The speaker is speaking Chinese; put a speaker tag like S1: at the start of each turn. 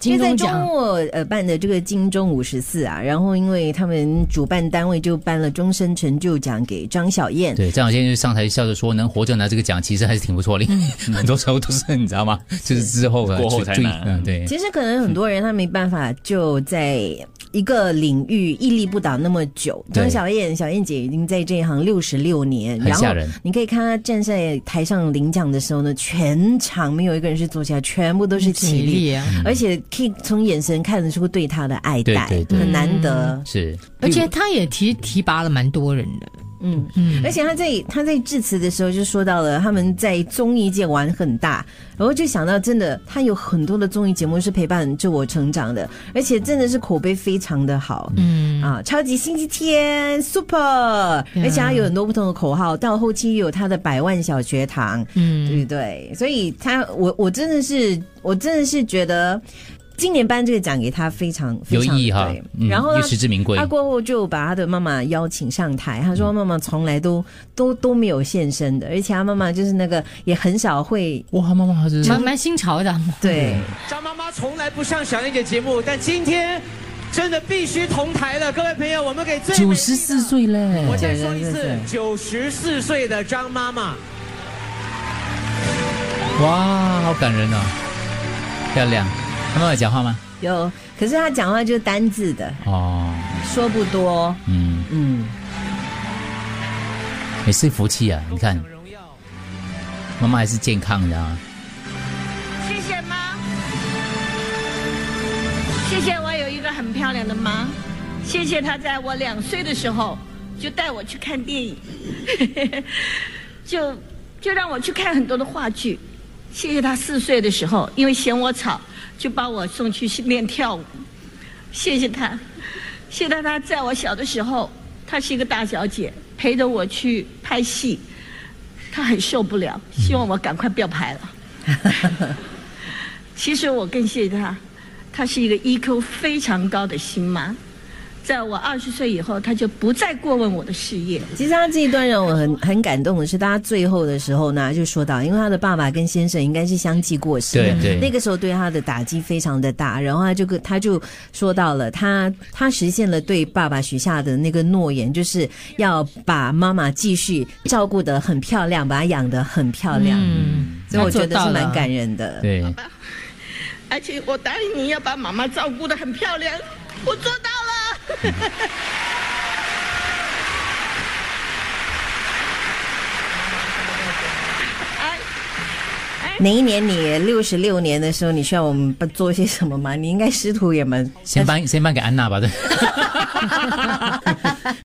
S1: 金
S2: 因为在
S1: 钟
S2: 周
S1: 奖
S2: 末呃办的这个金钟五十四啊，然后因为他们主办单位就颁了终身成就奖给张小燕，
S3: 对，张小现就上台笑着说，能活着拿这个奖，其实还是挺不错的。 很多时候都是你知道吗？就是之后啊
S4: 过后
S3: 就
S4: 才
S3: 最
S4: 拿
S3: 嗯，对。
S2: 其实可能很多人他没办法就在一个领域屹立不倒那么久。
S3: 对
S2: 张小燕，小燕姐已经在这一行六十六年，
S3: 很
S2: 然后
S3: 吓人
S2: 你可以看她站在台上领奖的时候呢，全场没有一个人是坐下，全部都是起立。
S1: 啊！
S2: 而且可以从眼神看得出对她的爱戴，
S3: 对对对
S2: 很难得。
S3: 是，
S1: 而且他也提提拔了蛮多人的，
S2: 嗯，
S1: 嗯
S2: 而，且他在他在致辞的时候就说到了他们在综艺界玩很大，然后就想到真的他有很多的综艺节目是陪伴着我成长的，而且真的是口碑非常的好。
S1: 嗯
S2: 啊，超级星期天 Super，、而且他有很多不同的口号，到后期又有他的百万小学堂，对
S1: 嗯，
S2: 不对？所以他，我我真的是，我真的是觉得今年颁这个奖给他非常非
S3: 有
S2: 常
S3: 意义哈
S2: 对，
S3: 嗯
S2: 然后
S3: 又
S2: 他
S3: 实至名归
S2: 他。过后就把他的妈妈邀请上台，他说妈妈从来都都都没有现身的，而且他妈妈就是那个也很少会
S3: 哇，他妈妈是
S2: 嗯
S1: 蛮蛮新潮的，
S2: 对。
S5: 张妈妈从来不上小燕姐节目，但今天真的必须同台了，各位朋友，我们给最美丽的
S3: 九十四，岁嘞
S5: 我，再说一
S2: 对对
S5: 次
S2: 对，对
S5: 九十四岁的张妈妈，
S3: 哇，好感人哦，漂亮。他妈妈有讲话吗？
S2: 有，可是他讲话就是单字的，
S3: 哦，
S2: 说不多，
S3: 嗯，
S2: 嗯，
S3: 也是福气啊！你看
S5: 共，享荣耀。
S3: 妈妈还是健康的啊。
S6: 谢谢妈，谢谢我有一个很漂亮的妈，谢谢她在我两岁的时候就带我去看电影， 就就让我去看很多的话剧。谢谢她四岁的时候，因为嫌我吵，就把我送去练跳舞。谢谢她，谢谢她在我小的时候，她是一个大小姐，陪着我去拍戏，她很受不了，希望我赶快不要拍了。其实我更谢谢她，她是一个 EQ 非常高的新妈。在我二十岁以后，她就不再过问我的事业。
S2: 其实他这一段让我很很感动的是，他最后的时候呢，就说到，因为他的爸爸跟先生应该是相继过世，
S3: 对对
S2: 那个时候对他的打击非常的大，然后他就跟他就说到了他他实现了对爸爸许下的那个诺言，就是要把妈妈继续照顾得很漂亮，把她养得很漂亮，
S1: 嗯，
S2: 所以我觉
S1: 他
S2: 得
S1: 做到
S2: 是
S1: 了
S2: 蛮感人的。
S3: 对，
S6: 而且我答应你要把妈妈照顾得很漂亮，我做到了。
S2: 哪一年你六十六年的时候，你需要我们做些什么吗？你应该师徒也蛮
S3: 先颁先颁给安娜吧，对。